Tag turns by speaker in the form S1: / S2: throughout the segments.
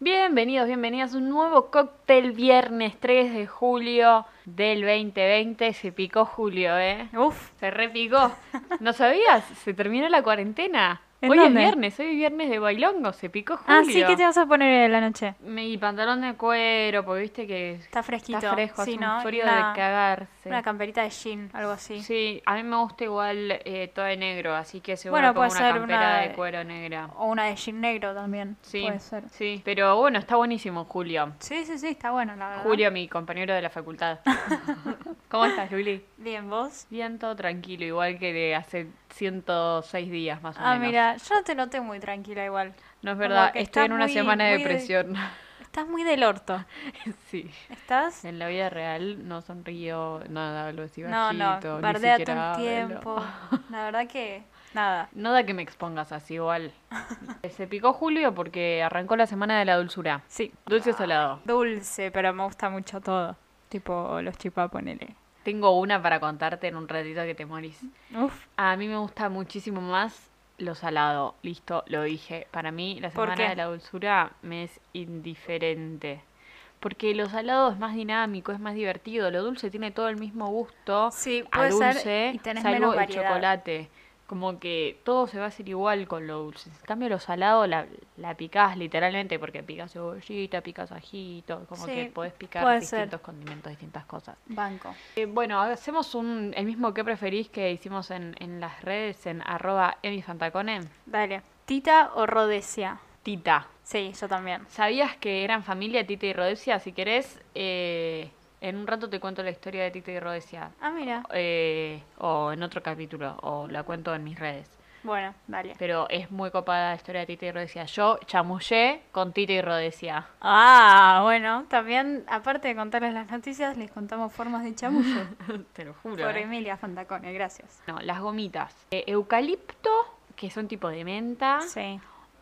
S1: Bienvenidos, bienvenidas a un nuevo cóctel viernes 3 de julio del 2020. Se picó julio, ¿eh? Uf, se repicó. ¿No sabías? Se terminó la cuarentena.
S2: ¿En
S1: Hoy
S2: dónde?
S1: es viernes, hoy es viernes de bailongo, se picó julio.
S2: Ah, sí, ¿qué te vas a poner en la noche?
S1: Mi pantalón de cuero, porque viste que
S2: Está fresquito.
S1: está fresco,
S2: sí,
S1: hace
S2: ¿no?
S1: un frío
S2: una,
S1: de cagarse.
S2: Una camperita de jean, algo así.
S1: Sí, a mí me gusta igual eh, todo de negro, así que seguro
S2: Bueno,
S1: pongo
S2: puede
S1: una
S2: ser
S1: campera
S2: una-
S1: de cuero negra.
S2: O una de jean negro también.
S1: Sí,
S2: Puede ser.
S1: sí, pero bueno, está buenísimo Julio.
S2: Sí, sí, sí, está bueno, la verdad.
S1: Julio, mi compañero de la facultad. ¿Cómo estás, Luli?
S2: Bien, vos.
S1: Bien, todo tranquilo, igual que de hace 106 días más o
S2: Ah,
S1: menos.
S2: mira, yo no te noté muy tranquila igual.
S1: No es
S2: como
S1: verdad,
S2: que
S1: estoy
S2: está
S1: en una
S2: muy-
S1: semana de
S2: muy de-
S1: depresión.
S2: Estás muy del orto.
S1: sí.
S2: ¿Estás?
S1: En la vida real no sonrío, nada, hablo así
S2: No, no,
S1: bajito, ni
S2: bardeate
S1: siquiera
S2: un
S1: hablo.
S2: tiempo. La verdad que nada.
S1: Nada que me expongas así igual. Se picó Julio porque arrancó la semana de la dulzura.
S2: Sí.
S1: Dulce o salado.
S2: Dulce, pero me gusta mucho todo. Tipo los chipá, ponele.
S1: Tengo una para contarte en un ratito que te morís.
S2: Uf.
S1: A mí me gusta muchísimo más lo salado. Listo, lo dije. Para mí la
S2: ¿Por
S1: semana
S2: qué?
S1: de la dulzura me es indiferente. Porque lo salado es más dinámico, es más divertido. Lo dulce tiene todo el mismo gusto.
S2: Sí,
S1: a
S2: puede
S1: dulce,
S2: ser. Y tenés
S1: salvo
S2: menos
S1: el
S2: variedad.
S1: chocolate. Como que todo se va a hacer igual con lo dulce. En cambio, lo salado la, la picás literalmente porque picás cebollita, picás ajito. Como
S2: Sí,
S1: que podés picar
S2: puede ser.
S1: distintos condimentos, distintas cosas.
S2: Banco.
S1: Eh, bueno, hacemos un, el mismo que preferís que hicimos en, en las redes, en arroba emifantacone.
S2: Dale. ¿Tita o Rodesia?
S1: Tita.
S2: Sí, yo también.
S1: ¿Sabías que eran familia Tita y Rodesia? Si querés, eh, en un rato te cuento la historia de Tita y Rodesia.
S2: Ah, mira.
S1: eh, o en otro capítulo, o la cuento en mis redes.
S2: Bueno, dale.
S1: Pero es muy copada la historia de Tita y Rodesia. Yo chamullé con Tita y Rodesia.
S2: Ah, bueno, también, aparte de contarles las noticias, les contamos formas de chamullo.
S1: Te lo juro.
S2: Por
S1: eh.
S2: Emilia Fantacone, gracias.
S1: No, las gomitas. Eh, eucalipto, que son tipo de menta.
S2: Sí,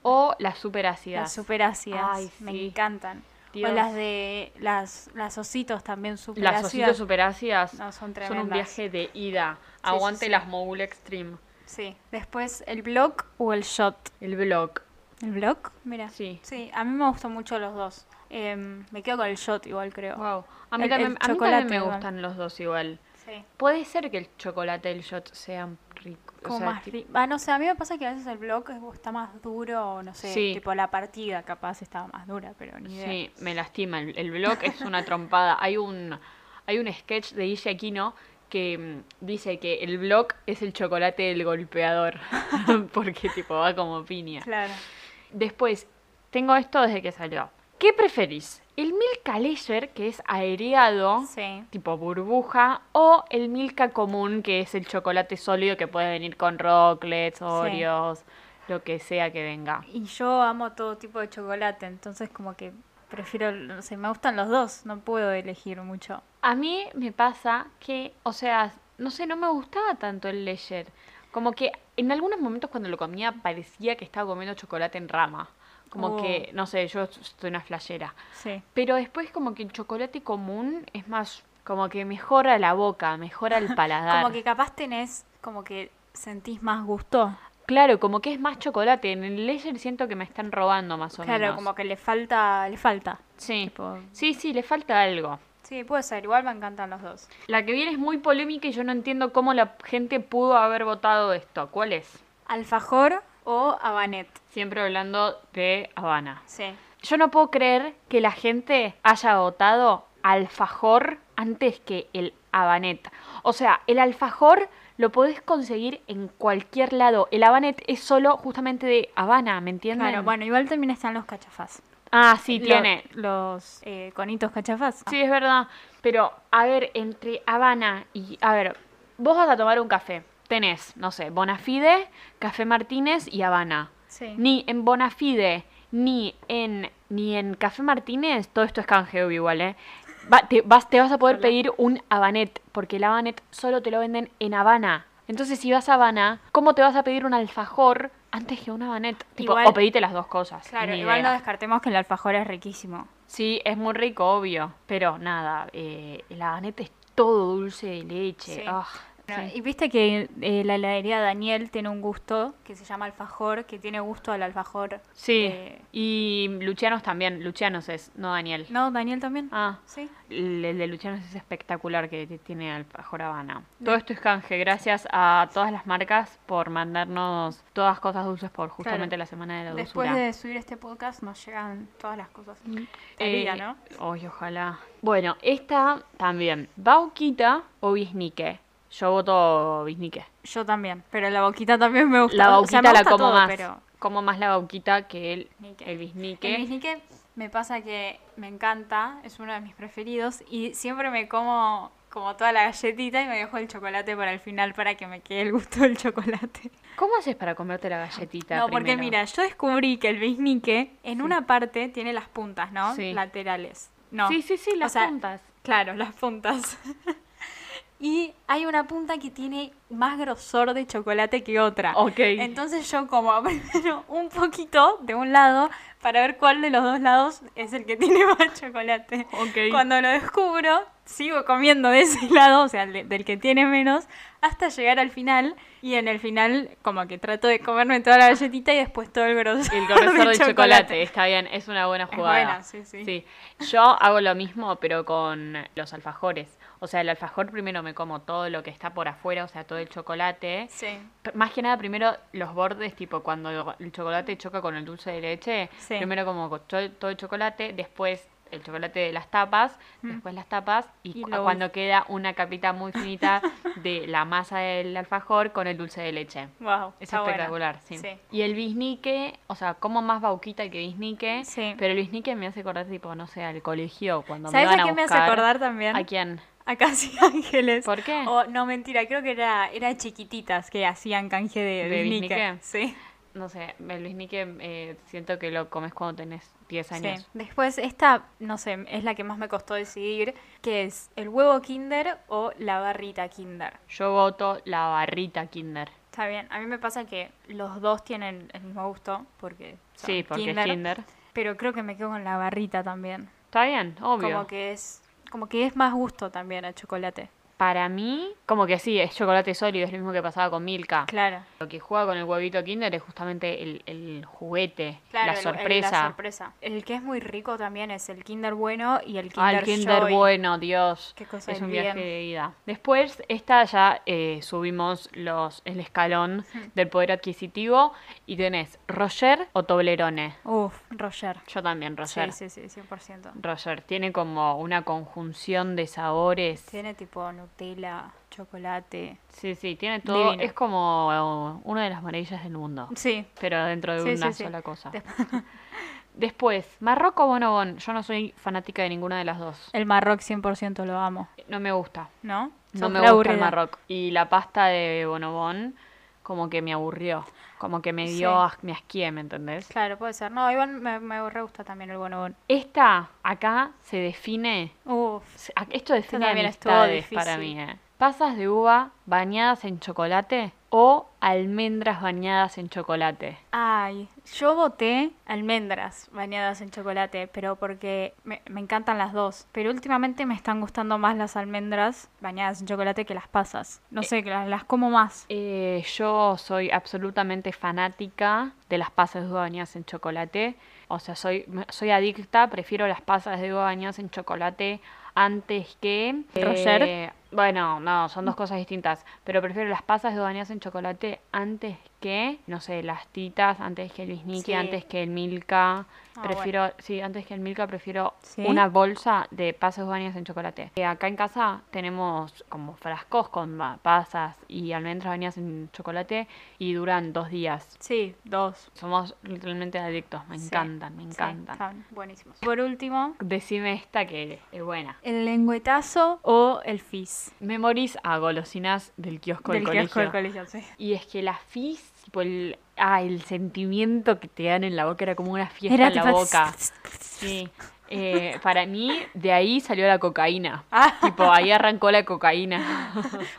S1: O las superácidas.
S2: las superácidas.
S1: Ay,
S2: Me
S1: sí.
S2: encantan.
S1: Dios.
S2: O las de las, las ositos también
S1: Las
S2: superácidas.
S1: ositos superácidas
S2: No, son
S1: son un
S2: tremendas.
S1: viaje de ida.
S2: sí,
S1: Aguante
S2: sí.
S1: las Mogul Extreme.
S2: Sí. Después el blog o el shot.
S1: El blog.
S2: ¿El blog? Mira.
S1: Sí.
S2: Sí, a mí me gustan mucho los dos. Em, me quedo con el shot igual, creo.
S1: Wow. A mí,
S2: El-
S1: también,
S2: el
S1: a mí
S2: chocolate
S1: también me
S2: igual.
S1: gustan los dos igual.
S2: Sí.
S1: Puede ser que el chocolate y el shot sean ricos. o
S2: Como
S1: sea,
S2: más
S1: ti-
S2: ri- Ah, no sé, a mí me pasa que a veces el blog es- está más duro, o no sé,
S1: Sí.
S2: tipo la partida capaz estaba más dura, pero ni idea.
S1: Sí, me lastima. El, el blog es una trompada. Hay un, hay un sketch de Guille Aquino que mm, dice que el blog es el chocolate del golpeador. Porque tipo va como piña.
S2: Claro.
S1: Después, tengo esto desde que salió. ¿Qué preferís? ¿El Milka Leisure, que es aireado,
S2: Sí.
S1: tipo burbuja, o el Milka común, que es el chocolate sólido que puede venir con rocklets, Oreos, lo que sea que venga?
S2: Y yo amo todo tipo de chocolate, entonces como que prefiero, no sé, me gustan los dos, no puedo elegir mucho.
S1: A mí me pasa que, o sea, no sé, no me gustaba tanto el Leisure. Como que en algunos momentos cuando lo comía parecía que estaba comiendo chocolate en rama. Como
S2: Oh.
S1: que, no sé, yo estoy una flashera.
S2: Sí.
S1: Pero después como que el chocolate común es más como que mejora la boca, mejora el paladar.
S2: Como que capaz tenés, como que sentís más gusto.
S1: Claro, como que es más chocolate. En el Leisure siento que me están robando más o
S2: Claro,
S1: menos.
S2: como que le falta, le falta.
S1: Sí.
S2: tipo-
S1: Sí, sí, le falta algo.
S2: Sí, puede ser, igual me encantan los dos.
S1: La que viene es muy polémica y yo no entiendo cómo la gente pudo haber votado esto. ¿Cuál es?
S2: Alfajor o habanet.
S1: Siempre hablando de Habana.
S2: Sí.
S1: Yo no puedo creer que la gente haya votado alfajor antes que el habanet. O sea, el alfajor lo podés conseguir en cualquier lado. El habanet es solo justamente de Habana, ¿me entienden?
S2: Claro, bueno, igual también están los cachafás.
S1: Ah, sí,
S2: Lo-
S1: tiene.
S2: Los eh, conitos cachafás.
S1: Sí, es verdad. Pero, a ver, entre Habana y... A ver, vos vas a tomar un café. Tenés, no sé, Bonafide, Café Martínez y Habana.
S2: Sí.
S1: Ni en Bonafide, ni en, ni en Café Martínez, todo esto es canje obvio igual, ¿eh? Va- te, vas, te vas a poder
S2: Hola.
S1: pedir un habanet, porque el habanet solo te lo venden en Habana. Entonces, si vas a Habana, ¿cómo te vas a pedir un alfajor antes que un habanet? Tipo,
S2: Igual-
S1: o pedite las dos cosas.
S2: Claro,
S1: ni
S2: igual
S1: idea.
S2: no descartemos que el alfajor es riquísimo.
S1: Sí, es muy rico, obvio. Pero nada, eh, el habanet es todo dulce de leche.
S2: Sí.
S1: ah.
S2: Bueno, Y viste que eh, la heladería Daniel tiene un gusto que se llama alfajor, que tiene gusto al alfajor.
S1: Sí.
S2: eh,
S1: Y Lucianos también. Lucianos es, no Daniel.
S2: no, Daniel también.
S1: Ah.
S2: Sí.
S1: El, el de Lucianos es espectacular que t- tiene alfajor Habana. Todo esto es canje. Gracias a todas las marcas por mandarnos todas cosas dulces por justamente la semana de la
S2: Después
S1: dulzura.
S2: de subir este podcast nos llegan todas las cosas. Al
S1: Eh,
S2: día, ¿no?
S1: Ay, ojalá. Bueno, esta también. ¿Bauquita o bisnique? Yo voto bisnique.
S2: Yo también, pero la boquita también me gusta.
S1: La
S2: O sea,
S1: bauquita
S2: me
S1: la
S2: gusta
S1: como
S2: todo,
S1: más.
S2: Pero
S1: Como más la bauquita que el,
S2: Bisnique.
S1: el bisnique.
S2: el bisnique me pasa que me encanta, es uno de mis preferidos y siempre me como como toda la galletita y me dejo el chocolate para el final para que me quede el gusto del chocolate.
S1: ¿Cómo haces para comerte la galletita?
S2: No, porque
S1: primero?
S2: mira, yo descubrí que el bisnique en una parte tiene las puntas, ¿no?
S1: Sí.
S2: Laterales. No.
S1: Sí, sí, sí,
S2: O
S1: las
S2: sea,
S1: puntas.
S2: Claro, las puntas. y hay una punta que tiene más grosor de chocolate que otra.
S1: Ok.
S2: ah, Entonces yo como primero un poquito de un lado para ver cuál de los dos lados es el que tiene más chocolate.
S1: Ok.
S2: Cuando lo descubro, sigo comiendo de ese lado, o sea, el de- del que tiene menos, hasta llegar al final. Y en el final, como que trato de comerme toda la galletita y después todo el grosor.
S1: El grosor
S2: de
S1: del chocolate, está bien, es una buena
S2: Es
S1: jugada.
S2: buena, sí, sí.
S1: Yo hago lo mismo, pero con los alfajores. O sea, el alfajor primero me como todo lo que está por afuera, o sea, todo el chocolate.
S2: Sí.
S1: P- Más que nada, primero los bordes, tipo cuando el chocolate choca con el dulce de leche.
S2: Sí.
S1: Primero como co- to- todo el chocolate, después el chocolate de las tapas, después las tapas y,
S2: Mm. Y
S1: cu-
S2: lo-
S1: cuando queda una capita muy finita de la masa del alfajor con el dulce de leche.
S2: Wow.
S1: Es
S2: está buena.
S1: espectacular, sí.
S2: Sí.
S1: Y el bisnique, o sea, como más bauquita que bisnique,
S2: Sí.
S1: pero el bisnique me hace acordar, tipo, no sé, al colegio, cuando me
S2: ¿Sabes
S1: van
S2: a
S1: a
S2: qué me hace
S1: buscar.
S2: acordar también?
S1: ¿A quién?
S2: A Casi Ángeles.
S1: ¿Por qué?
S2: O, Oh, no, mentira, creo que era, era chiquititas que hacían canje de,
S1: ¿De
S2: bisnique.
S1: bisnique?
S2: Sí.
S1: No sé, el bisnique eh, siento que lo comes cuando tenés 10 años.
S2: sí. Después, esta, no sé, es la que más me costó decidir, que es el huevo kinder o la barrita kinder.
S1: Yo voto la barrita Kinder.
S2: Está bien, a mí me pasa que los dos tienen el mismo gusto, porque son
S1: Sí, porque es Kinder.
S2: Pero creo que me quedo con la barrita también.
S1: Está bien, obvio.
S2: Como que es como que es más gusto también al chocolate.
S1: Para mí, como que sí, es chocolate sólido, es lo mismo que pasaba con Milka.
S2: Claro.
S1: Lo que juega con el huevito Kinder es justamente el, el juguete,
S2: Claro,
S1: la
S2: el- el-
S1: sorpresa.
S2: la sorpresa. El que es muy rico también es el Kinder bueno y el
S1: Al Ah,
S2: Kinder,
S1: Kinder
S2: Joy.
S1: bueno, Dios.
S2: Qué cosa
S1: es
S2: del
S1: un
S2: bien.
S1: viaje de ida. Después, esta ya eh, subimos los, el escalón del poder adquisitivo y tenés Roger o Toblerone.
S2: Uf, Roger.
S1: Yo también, Roger.
S2: Sí, sí, sí, 100%.
S1: Roger tiene como una conjunción de sabores.
S2: Tiene tipo Nutella, chocolate.
S1: Sí, sí, tiene todo.
S2: Divino.
S1: Es como uh, una de las maravillas del mundo,
S2: Sí.
S1: pero dentro de
S2: Sí,
S1: una
S2: sí, sí.
S1: sola cosa.
S2: Después-
S1: Después, Marroco o Bonobon. Yo no soy fanática de ninguna de las dos.
S2: El Marroc 100% lo amo,
S1: No me gusta.
S2: ¿no?
S1: No
S2: Eh. Sos
S1: me
S2: re
S1: gusta
S2: aburrida.
S1: el Marroc. Y la pasta de Bonobón, como que me aburrió. Como que me dio,
S2: Sí.
S1: as- me asqué, ¿me entendés?
S2: Claro, puede ser. No, igual me, me re gusta también el bonobón.
S1: Esta, acá, se define.
S2: Uf.
S1: se- a- Esto define
S2: también estuvo
S1: amistades
S2: difícil.
S1: para mí, ¿eh? Pasas de uva bañadas en chocolate o almendras bañadas en chocolate.
S2: Ay, yo voté almendras bañadas en chocolate, pero porque me, me encantan las dos. Pero últimamente me están gustando más las almendras bañadas en chocolate que las pasas. No sé, que las, las como más.
S1: Eh, yo soy absolutamente fanática de las pasas de uva bañadas en chocolate. O sea, soy, me- soy adicta, prefiero las pasas de uva bañadas en chocolate antes que...
S2: ¿Roger?
S1: eh, bueno, no, son dos cosas distintas. Pero prefiero las pasas de uva bañadas en chocolate antes que, no sé, las titas, antes que el bisniqui,
S2: Sí.
S1: antes que el milka.
S2: Ah,
S1: prefiero, sí, antes que el milka prefiero
S2: Sí.
S1: una bolsa de pasas de uva bañadas en chocolate. Eh, acá en casa tenemos como frascos con ma- pasas y almendras bañadas en chocolate y duran dos días.
S2: Sí, dos.
S1: Somos literalmente adictos, me
S2: Sí,
S1: encantan, me
S2: sí,
S1: encantan.
S2: están buenísimos. Por último,
S1: Decime esta que es buena.
S2: el lengüetazo o el fizz.
S1: Memoriz a golosinas del kiosco del,
S2: del
S1: colegio.
S2: kiosco del colegio, sí.
S1: Y es que la fizz, tipo el, ah, el sentimiento que te dan en la boca era como una fiesta en la
S2: tipo,
S1: boca. Sí. Eh, para mí, de ahí salió la cocaína.
S2: Ah.
S1: Tipo, ahí arrancó la cocaína.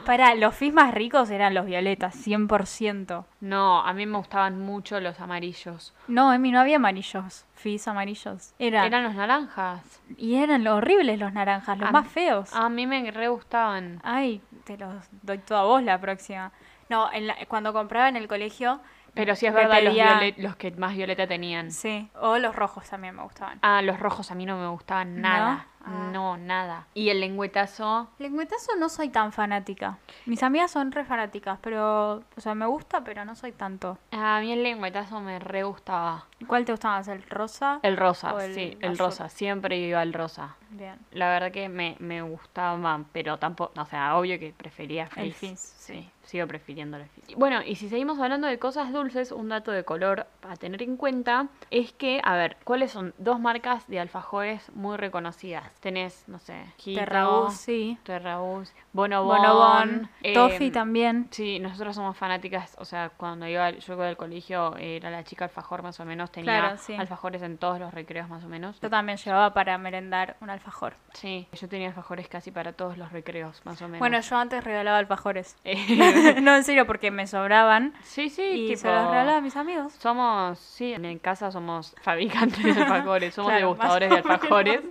S2: Para, los fizz más ricos eran los violetas, 100%.
S1: No, a mí me gustaban mucho los amarillos.
S2: No, Emi, no había amarillos, fizz amarillos. Era,
S1: Eran los naranjas.
S2: Y eran los horribles los naranjas, los
S1: Ah,
S2: más feos.
S1: A mí me re gustaban.
S2: Ay, te los doy todo a vos la próxima. No, en la- cuando compraba en el colegio,
S1: Pero sí es
S2: Me
S1: verdad, los,
S2: pedía-
S1: viole- los que más violeta tenían.
S2: sí, o los rojos también me gustaban.
S1: Ah, los rojos a mí no me gustaban
S2: ¿No?
S1: nada.
S2: Ah.
S1: No, nada. Y el lengüetazo.
S2: Lengüetazo no soy tan fanática. Mis amigas son re fanáticas, pero, o sea, me gusta, pero no soy tanto.
S1: A mí el lengüetazo me re gustaba.
S2: ¿Cuál te gustaba más, el rosa?
S1: El rosa,
S2: O el
S1: sí, el
S2: azul.
S1: rosa. Siempre iba el rosa.
S2: Bien.
S1: La verdad que me, me gustaban, pero tampoco, o sea, obvio que prefería
S2: El
S1: Fizz.
S2: fizz,
S1: Sí, sigo prefiriendo el Fizz. Y Bueno, y si seguimos hablando de cosas dulces, un dato de color a tener en cuenta es que, a ver, ¿cuáles son dos marcas de alfajores muy reconocidas? Tenés, no sé, Jito,
S2: Terrabús, sí.
S1: Terrabús, Bonobon,
S2: Bonobón,
S1: eh,
S2: Toffee también.
S1: Sí, nosotros somos fanáticas, o sea, cuando iba, al- yo iba al colegio era la chica alfajor más o menos, tenía
S2: Claro, sí.
S1: alfajores en todos los recreos más o menos.
S2: Yo también llevaba para merendar un alfajor.
S1: Sí, yo tenía alfajores casi para todos los recreos, más o menos.
S2: Bueno, yo antes regalaba alfajores.
S1: Eh,
S2: no, en serio, porque me sobraban.
S1: sí, sí,
S2: Y
S1: tipo,
S2: se los regalaba a mis amigos.
S1: somos, sí, en casa somos fabricantes de alfajores, somos
S2: Claro,
S1: degustadores de
S2: más o
S1: alfajores.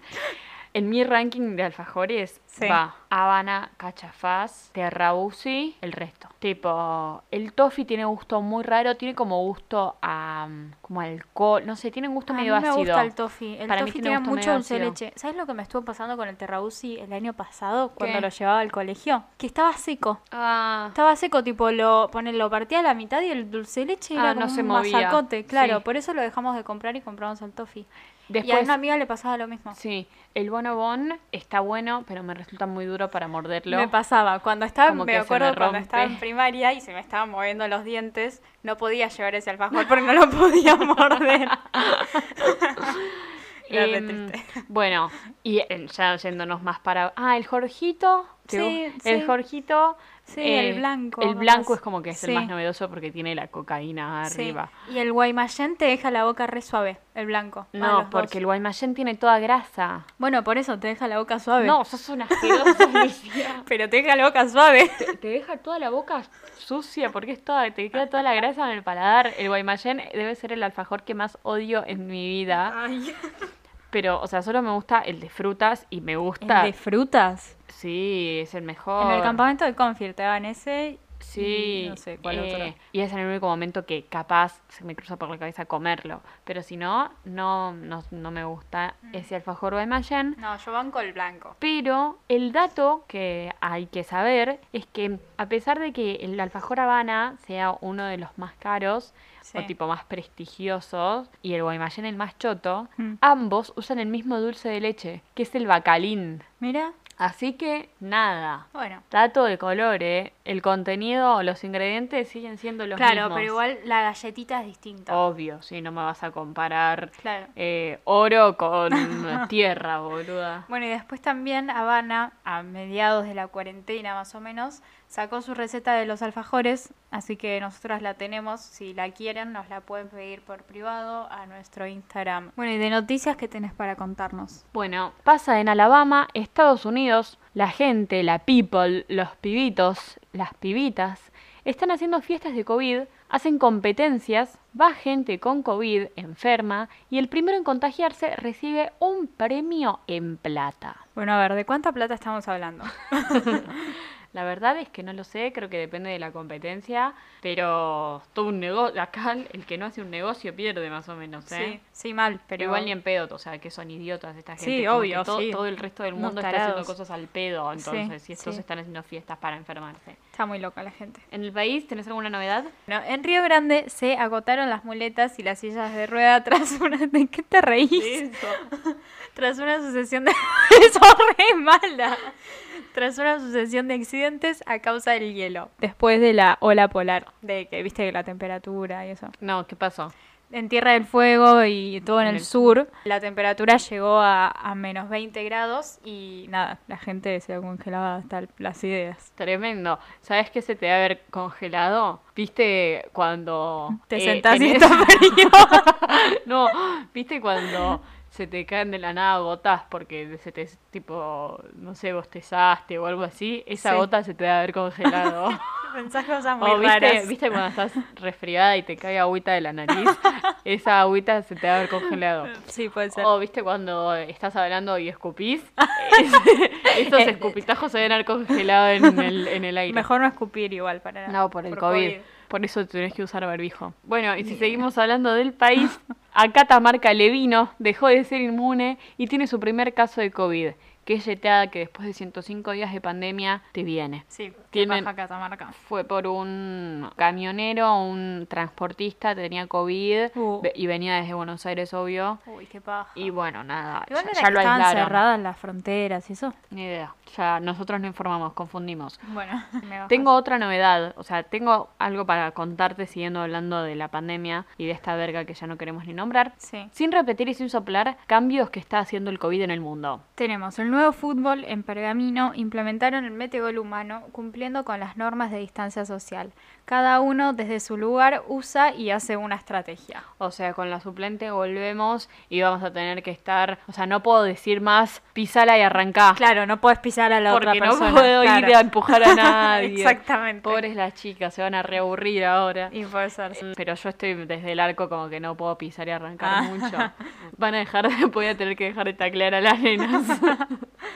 S1: En mi ranking de alfajores
S2: Sí.
S1: va Habana, Cachafaz, Terrabusi, el resto. Tipo, el toffee tiene gusto muy raro, tiene como gusto a mm, como alcohol, no sé, tiene un gusto
S2: a mí
S1: medio
S2: me
S1: ácido.
S2: gusta el toffee. El
S1: Para mí
S2: toffee
S1: tiene
S2: tiene
S1: gusto
S2: mucho
S1: medio
S2: dulce de
S1: ácido.
S2: leche. ¿Sabes lo que me estuvo pasando con el terrausi el año pasado cuando
S1: ¿Qué?
S2: lo llevaba al colegio? Que estaba seco.
S1: Ah,
S2: Estaba seco, tipo lo poné, lo partía a la mitad y el dulce de leche era
S1: Ah, no
S2: como
S1: se
S2: un
S1: movía.
S2: masacote. Claro,
S1: Sí.
S2: por eso lo dejamos de comprar y compramos el toffee. y a
S1: después
S2: una amiga le pasaba lo mismo.
S1: Sí, el bonobón está bueno, pero me resulta muy duro para morderlo.
S2: Me pasaba, cuando estaba,
S1: Como que
S2: me
S1: se
S2: acuerdo
S1: me
S2: cuando estaba en
S1: rompe.
S2: primaria y se me estaban moviendo los dientes, no podía llevar ese alfajor porque no lo podía morder. Era re
S1: Em,
S2: triste.
S1: Bueno, y eh, ya yéndonos más para... Ah, el Jorgito. ¿te
S2: Sí,
S1: gusta? El
S2: sí.
S1: Jorgito.
S2: Sí, Eh, el blanco,
S1: El blanco
S2: capaz.
S1: es como que es el
S2: Sí.
S1: más novedoso porque tiene la cocaína
S2: Sí,
S1: arriba.
S2: Y el guaymallén te deja la boca re suave, el blanco. van Ah, los
S1: No,
S2: dos.
S1: porque el Guaymallén tiene toda grasa.
S2: Bueno, por eso te deja la boca suave.
S1: No, sos una asquerosa, Alicia.
S2: Pero te deja la boca suave.
S1: Te- Te deja toda la boca sucia porque es toda, te queda toda la grasa en el paladar. El Guaymallén debe ser el alfajor que más odio en mi vida. Pero, o sea, solo me gusta el de frutas y me
S2: El
S1: gusta.
S2: de frutas.
S1: Sí, es el mejor.
S2: En el campamento de Confield te daban ese.
S1: Sí.
S2: y No sé cuál
S1: eh,
S2: otro.
S1: Y es en el único momento que capaz se me cruza por la cabeza comerlo. Pero si no, no, no, no me gusta
S2: Mm.
S1: ese alfajor Guaymallén.
S2: No, yo banco el blanco.
S1: Pero el dato que hay que saber es que a pesar de que el alfajor Habana sea uno de los más caros
S2: Sí.
S1: o tipo más prestigiosos y el Guaymallén el más choto,
S2: Mm.
S1: ambos usan el mismo dulce de leche, que es el bacalín.
S2: Mira,
S1: Así que nada.
S2: bueno.
S1: Dato de color, ¿eh? El contenido, los ingredientes siguen siendo los
S2: claro,
S1: mismos.
S2: pero igual la galletita es distinta.
S1: Obvio, sí, no me vas a comparar
S2: Claro.
S1: eh, oro con tierra, boluda.
S2: Bueno, y después también Habana, a mediados de la cuarentena más o menos, sacó su receta de los alfajores, así que nosotras la tenemos, si la quieren nos la pueden pedir por privado a nuestro Instagram. Bueno, y de noticias que tenés para contarnos.
S1: Bueno, pasa en Alabama, Estados Unidos, la gente, la people, los pibitos, las pibitas, están haciendo fiestas de COVID, hacen competencias, va gente con COVID enferma y el primero en contagiarse recibe un premio en plata.
S2: Bueno, a ver, ¿de cuánta plata estamos hablando?
S1: La verdad es que no lo sé, creo que depende de la competencia, pero todo un negocio, acá el que no hace un negocio pierde más o menos, ¿eh?
S2: Sí, sí, mal, pero...
S1: Pero igual ni en pedo, o sea, que son idiotas esta gente.
S2: Sí,
S1: como
S2: obvio,
S1: que to-
S2: sí.
S1: Todo el resto del
S2: Unos
S1: mundo está
S2: tarados.
S1: haciendo cosas al pedo, entonces,
S2: Sí,
S1: y estos
S2: sí.
S1: están haciendo fiestas para enfermarse.
S2: Está muy loca la gente.
S1: ¿En el país tenés alguna novedad?
S2: Bueno, en Río Grande se agotaron las muletas y las sillas de rueda tras una... ¿De qué te reís? Tras una sucesión de... ¡Eso re mala! Tras una sucesión de accidentes a causa del hielo. Después de la ola polar. De que, viste, la temperatura y eso.
S1: No, ¿qué pasó?
S2: En Tierra del Fuego y todo en
S1: En
S2: el
S1: el
S2: sur, la temperatura llegó a, a menos 20 grados y nada, la gente se congelaba hasta el- las ideas.
S1: Tremendo. ¿Sabes qué se te va a haber congelado? ¿Viste cuando...
S2: Te
S1: eh,
S2: sentás y
S1: tenés-
S2: está frío.
S1: No, ¿viste cuando se te caen de la nada botas porque se te tipo, no sé, bostezaste o algo así, esa
S2: Sí.
S1: gota se te debe haber congelado.
S2: Pensás cosas muy
S1: o viste,
S2: raras.
S1: viste cuando estás resfriada y te cae agüita de la nariz, esa agüita se te debe haber congelado.
S2: Sí, puede ser.
S1: O viste cuando estás hablando y escupís, estos
S2: Eh,
S1: escupitajos se deben haber congelado en el, en el aire.
S2: Mejor no escupir igual para
S1: No, por el COVID. Por eso tenés que usar barbijo. Bueno, y si seguimos hablando del país, a Catamarca Levino dejó de ser inmune y tiene su primer caso de COVID, que es yeteada que después de 105 días de pandemia te viene.
S2: Sí,
S1: Tienen-
S2: Tienen... baja Catamarca.
S1: Fue por un camionero, un transportista, tenía COVID
S2: Uh.
S1: ve- y venía desde Buenos Aires, obvio.
S2: Uy, qué paja.
S1: Y bueno, nada, ya,
S2: Igual no era
S1: ya
S2: que
S1: lo
S2: estaban
S1: aislaron.
S2: cerradas las fronteras y eso.
S1: Ni idea. Ya nosotros no informamos, confundimos.
S2: Bueno, me bajas.
S1: Tengo otra novedad, o sea, tengo algo para contarte siguiendo hablando de la pandemia y de esta verga que ya no queremos ni nombrar.
S2: Sí.
S1: Sin repetir y sin soplar, cambios que está haciendo el COVID en el mundo.
S2: Tenemos el nuevo fútbol en pergamino, implementaron el mete gol humano cumpliendo con las normas de distancia social. Cada uno desde su lugar usa y hace una estrategia.
S1: O sea, con la suplente volvemos y vamos a tener que estar, o sea, no puedo decir más, pisala y arrancá.
S2: Claro, no puedes pisar a la
S1: porque
S2: otra persona.
S1: no puedo
S2: claro.
S1: ir a empujar a nadie.
S2: Exactamente.
S1: Pobres las chicas, se van a reaburrir ahora. Mm,
S2: Y puede ser, sí.
S1: Pero yo estoy desde el arco como que no puedo pisar y arrancar
S2: Ah.
S1: mucho. Van a dejar de, voy a tener que dejar de taclear a las nenas.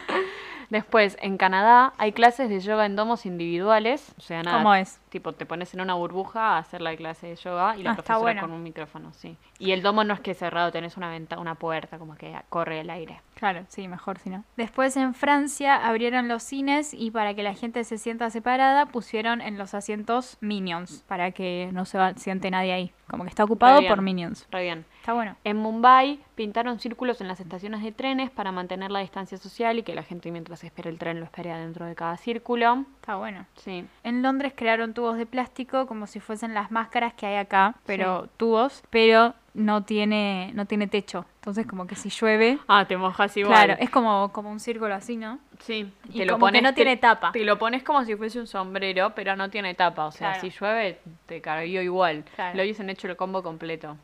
S1: Después, en Canadá hay clases de yoga en domos individuales. O sea, nada.
S2: ¿Cómo es?
S1: Tipo, te pones en una burbuja a hacer la clase de yoga y la
S2: Ah, está
S1: profesora
S2: bueno.
S1: con un micrófono, sí. Y el domo no es que es cerrado, tenés una venta, una puerta, como que corre el aire.
S2: Claro, sí, mejor si no. Después en Francia abrieron los cines y para que la gente se sienta separada pusieron en los asientos minions para que no se va- siente nadie ahí. Como que está ocupado
S1: Re bien.
S2: por minions.
S1: Re bien.
S2: Está bueno.
S1: En Mumbai pintaron círculos en las estaciones de trenes para mantener la distancia social y que la gente mientras espera el tren lo espere dentro de cada círculo.
S2: Está bueno.
S1: Sí.
S2: En Londres crearon tubos de plástico como si fuesen las máscaras que hay acá, pero
S1: Sí.
S2: tubos, pero no tiene no tiene techo. Entonces como que si llueve,
S1: Ah, te mojas igual.
S2: claro, es como como un círculo así, ¿no?
S1: Sí.
S2: Y como que no
S1: te-
S2: tiene tapa.
S1: Te lo pones como si fuese un sombrero, pero no tiene tapa. O sea,
S2: Claro.
S1: si llueve, te carguió igual.
S2: Claro.
S1: Lo hubiesen hecho el combo completo.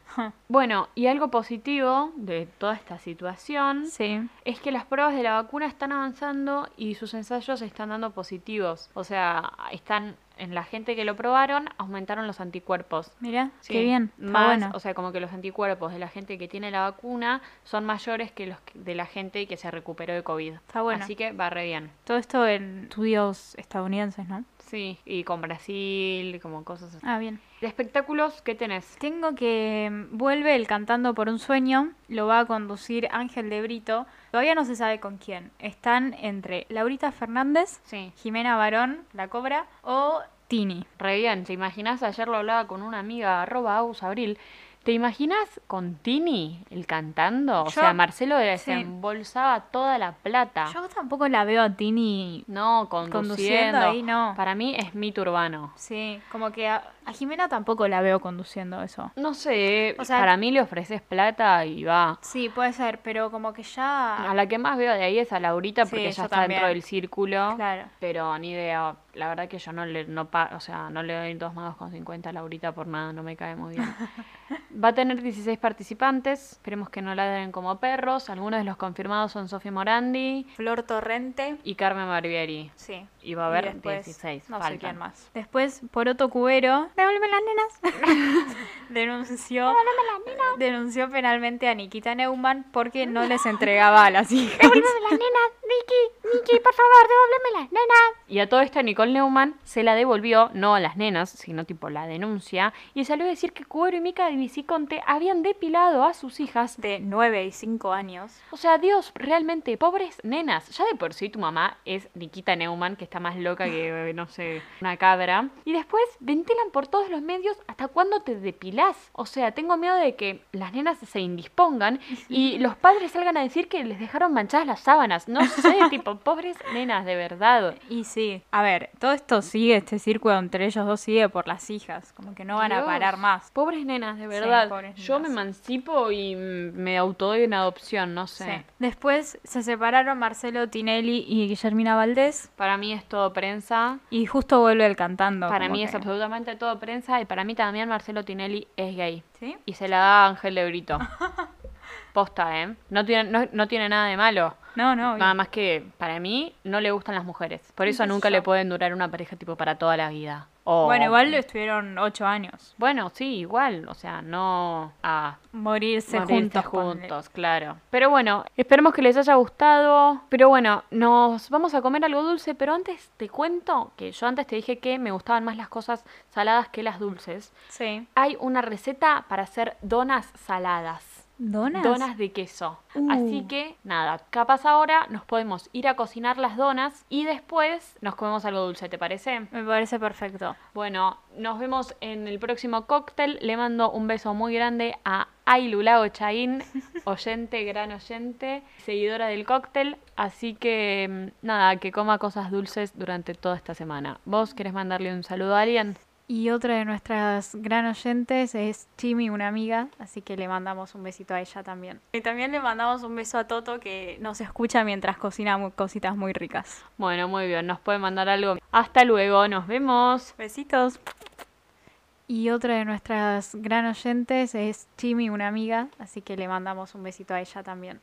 S1: Bueno, y algo positivo de toda esta situación
S2: Sí.
S1: es que las pruebas de la vacuna están avanzando y sus ensayos están dando positivos. O sea, están en la gente que lo probaron, aumentaron los anticuerpos.
S2: Mira,
S1: Sí,
S2: qué bien. Está
S1: Más,
S2: bueno.
S1: O sea, como que los anticuerpos de la gente que tiene la vacuna son mayores que los que- de la gente que se recuperó de COVID.
S2: Está bueno.
S1: Así que va re bien.
S2: Todo esto en estudios estadounidenses, ¿no?
S1: Sí, y con Brasil, como cosas así.
S2: Ah, bien.
S1: ¿De espectáculos qué tenés?
S2: Tengo que mm, vuelve el Cantando por un sueño, lo va a conducir Ángel de Brito. Todavía no se sabe con quién. Están entre Laurita Fernández,
S1: Sí.
S2: Jimena Barón, La Cobra o Tini.
S1: Re bien, ¿te imaginas? Ayer lo hablaba con una amiga, arroba Agus Abril. ¿Te imaginas con Tini, el cantando? O
S2: Yo-
S1: sea, Marcelo
S2: sí.
S1: desembolsaba toda la plata.
S2: Yo tampoco la veo a Tini.
S1: No, conduciendo.
S2: Conduciendo ahí, no.
S1: Para mí es mito urbano.
S2: Sí, como que a, a Jimena tampoco la veo conduciendo eso.
S1: No sé,
S2: O sea-
S1: para mí le ofreces plata y va.
S2: Sí, puede ser, pero como que
S1: A
S2: ya.
S1: la que más veo de ahí es a Laurita
S2: Ah. Sí,
S1: porque
S2: yo
S1: ya está dentro
S2: también.
S1: del círculo.
S2: Claro.
S1: Pero ni idea, la verdad que yo no le, no pa- o sea, no le doy dos magos con 50 a Laurita por nada, no me cae muy bien. Va a tener 16 participantes, esperemos que no ladren como perros. Algunos de los confirmados son Sofía Morandi
S2: Flor Torrente.
S1: y Carmen Barbieri.
S2: Sí.
S1: Y va a haber
S2: después,
S1: 16,
S2: No
S1: faltan.
S2: sé quién más. Después, Poroto Cubero. Devuelven las nenas. denunció.
S1: Oh,
S2: Denunció penalmente a Nikita Neumann porque no les entregaba a las hijas.
S1: las nenas, Nicky, Nicky, por favor, devuélveme las nenas. Y a todo esto Nicole Neumann se la devolvió, no a las nenas, sino tipo la denuncia, y salió a decir que Cubero y Mica de Viciconte habían depilado a sus hijas
S2: De 9 y 5 años.
S1: O sea, Dios, realmente, pobres nenas. Ya de por sí tu mamá es Nikita Neumann, que está más loca que, eh, no sé, una cabra. Y después ventilan por todos los medios hasta cuándo te depilás. O sea, tengo miedo de que las nenas se indispongan y los padres salgan a decir que les dejaron manchadas las sábanas. No sé, tipo, pobres nenas, de verdad.
S2: Y sí, a ver, todo esto sigue, este círculo entre ellos dos sigue por las hijas, como que no van a
S1: Dios,
S2: parar más.
S1: Pobres nenas, de
S2: Sí,
S1: verdad.
S2: pobres
S1: Yo me
S2: nenas.
S1: emancipo y mm, me autodoy en adopción, no sé.
S2: Sí. Después se separaron Marcelo Tinelli y Guillermina Valdés
S1: Para mí es todo prensa.
S2: y justo vuelve el cantando.
S1: Para
S2: como
S1: mí
S2: que-
S1: es absolutamente todo prensa y para mí también Marcelo Tinelli es gay.
S2: ¿Sí?
S1: Y se la da a Ángel de Brito. Posta, ¿eh? No tiene, no, no tiene nada de malo.
S2: No, no.
S1: Nada más que para mí no le gustan las mujeres. Por eso
S2: Qué sé
S1: nunca
S2: yo.
S1: le pueden durar una pareja tipo para toda la vida. O-
S2: Bueno, igual estuvieron ocho años.
S1: Bueno, sí, igual. O sea, no a
S2: Morirse,
S1: morirse
S2: juntos. ponle.
S1: juntos, claro. Pero bueno, esperemos que les haya gustado. Pero bueno, nos vamos a comer algo dulce. Pero antes te cuento que yo antes te dije que me gustaban más las cosas saladas que las dulces.
S2: Sí.
S1: Hay una receta para hacer donas saladas.
S2: ¿Donas?
S1: Donas de queso.
S2: Uh.
S1: Así que nada, capaz ahora nos podemos ir a cocinar las donas y después nos comemos algo dulce, ¿te parece?
S2: Me parece perfecto.
S1: Bueno, nos vemos en el próximo cóctel. Le mando un beso muy grande a Ailulao Chaín, oyente, gran oyente, seguidora del cóctel. Así que mm, nada, que coma cosas dulces durante toda esta semana. ¿Vos querés mandarle un saludo a alguien?
S2: Y otra de nuestras gran oyentes es Chimi, una amiga, así que le mandamos un besito a ella también. Y también le mandamos un beso a Toto que nos escucha mientras cocina mu- cositas muy ricas.
S1: Bueno, muy bien, nos puede mandar algo. Hasta luego, nos vemos.
S2: Besitos. Y otra de nuestras gran oyentes es Chimi, una amiga, así que le mandamos un besito a ella también.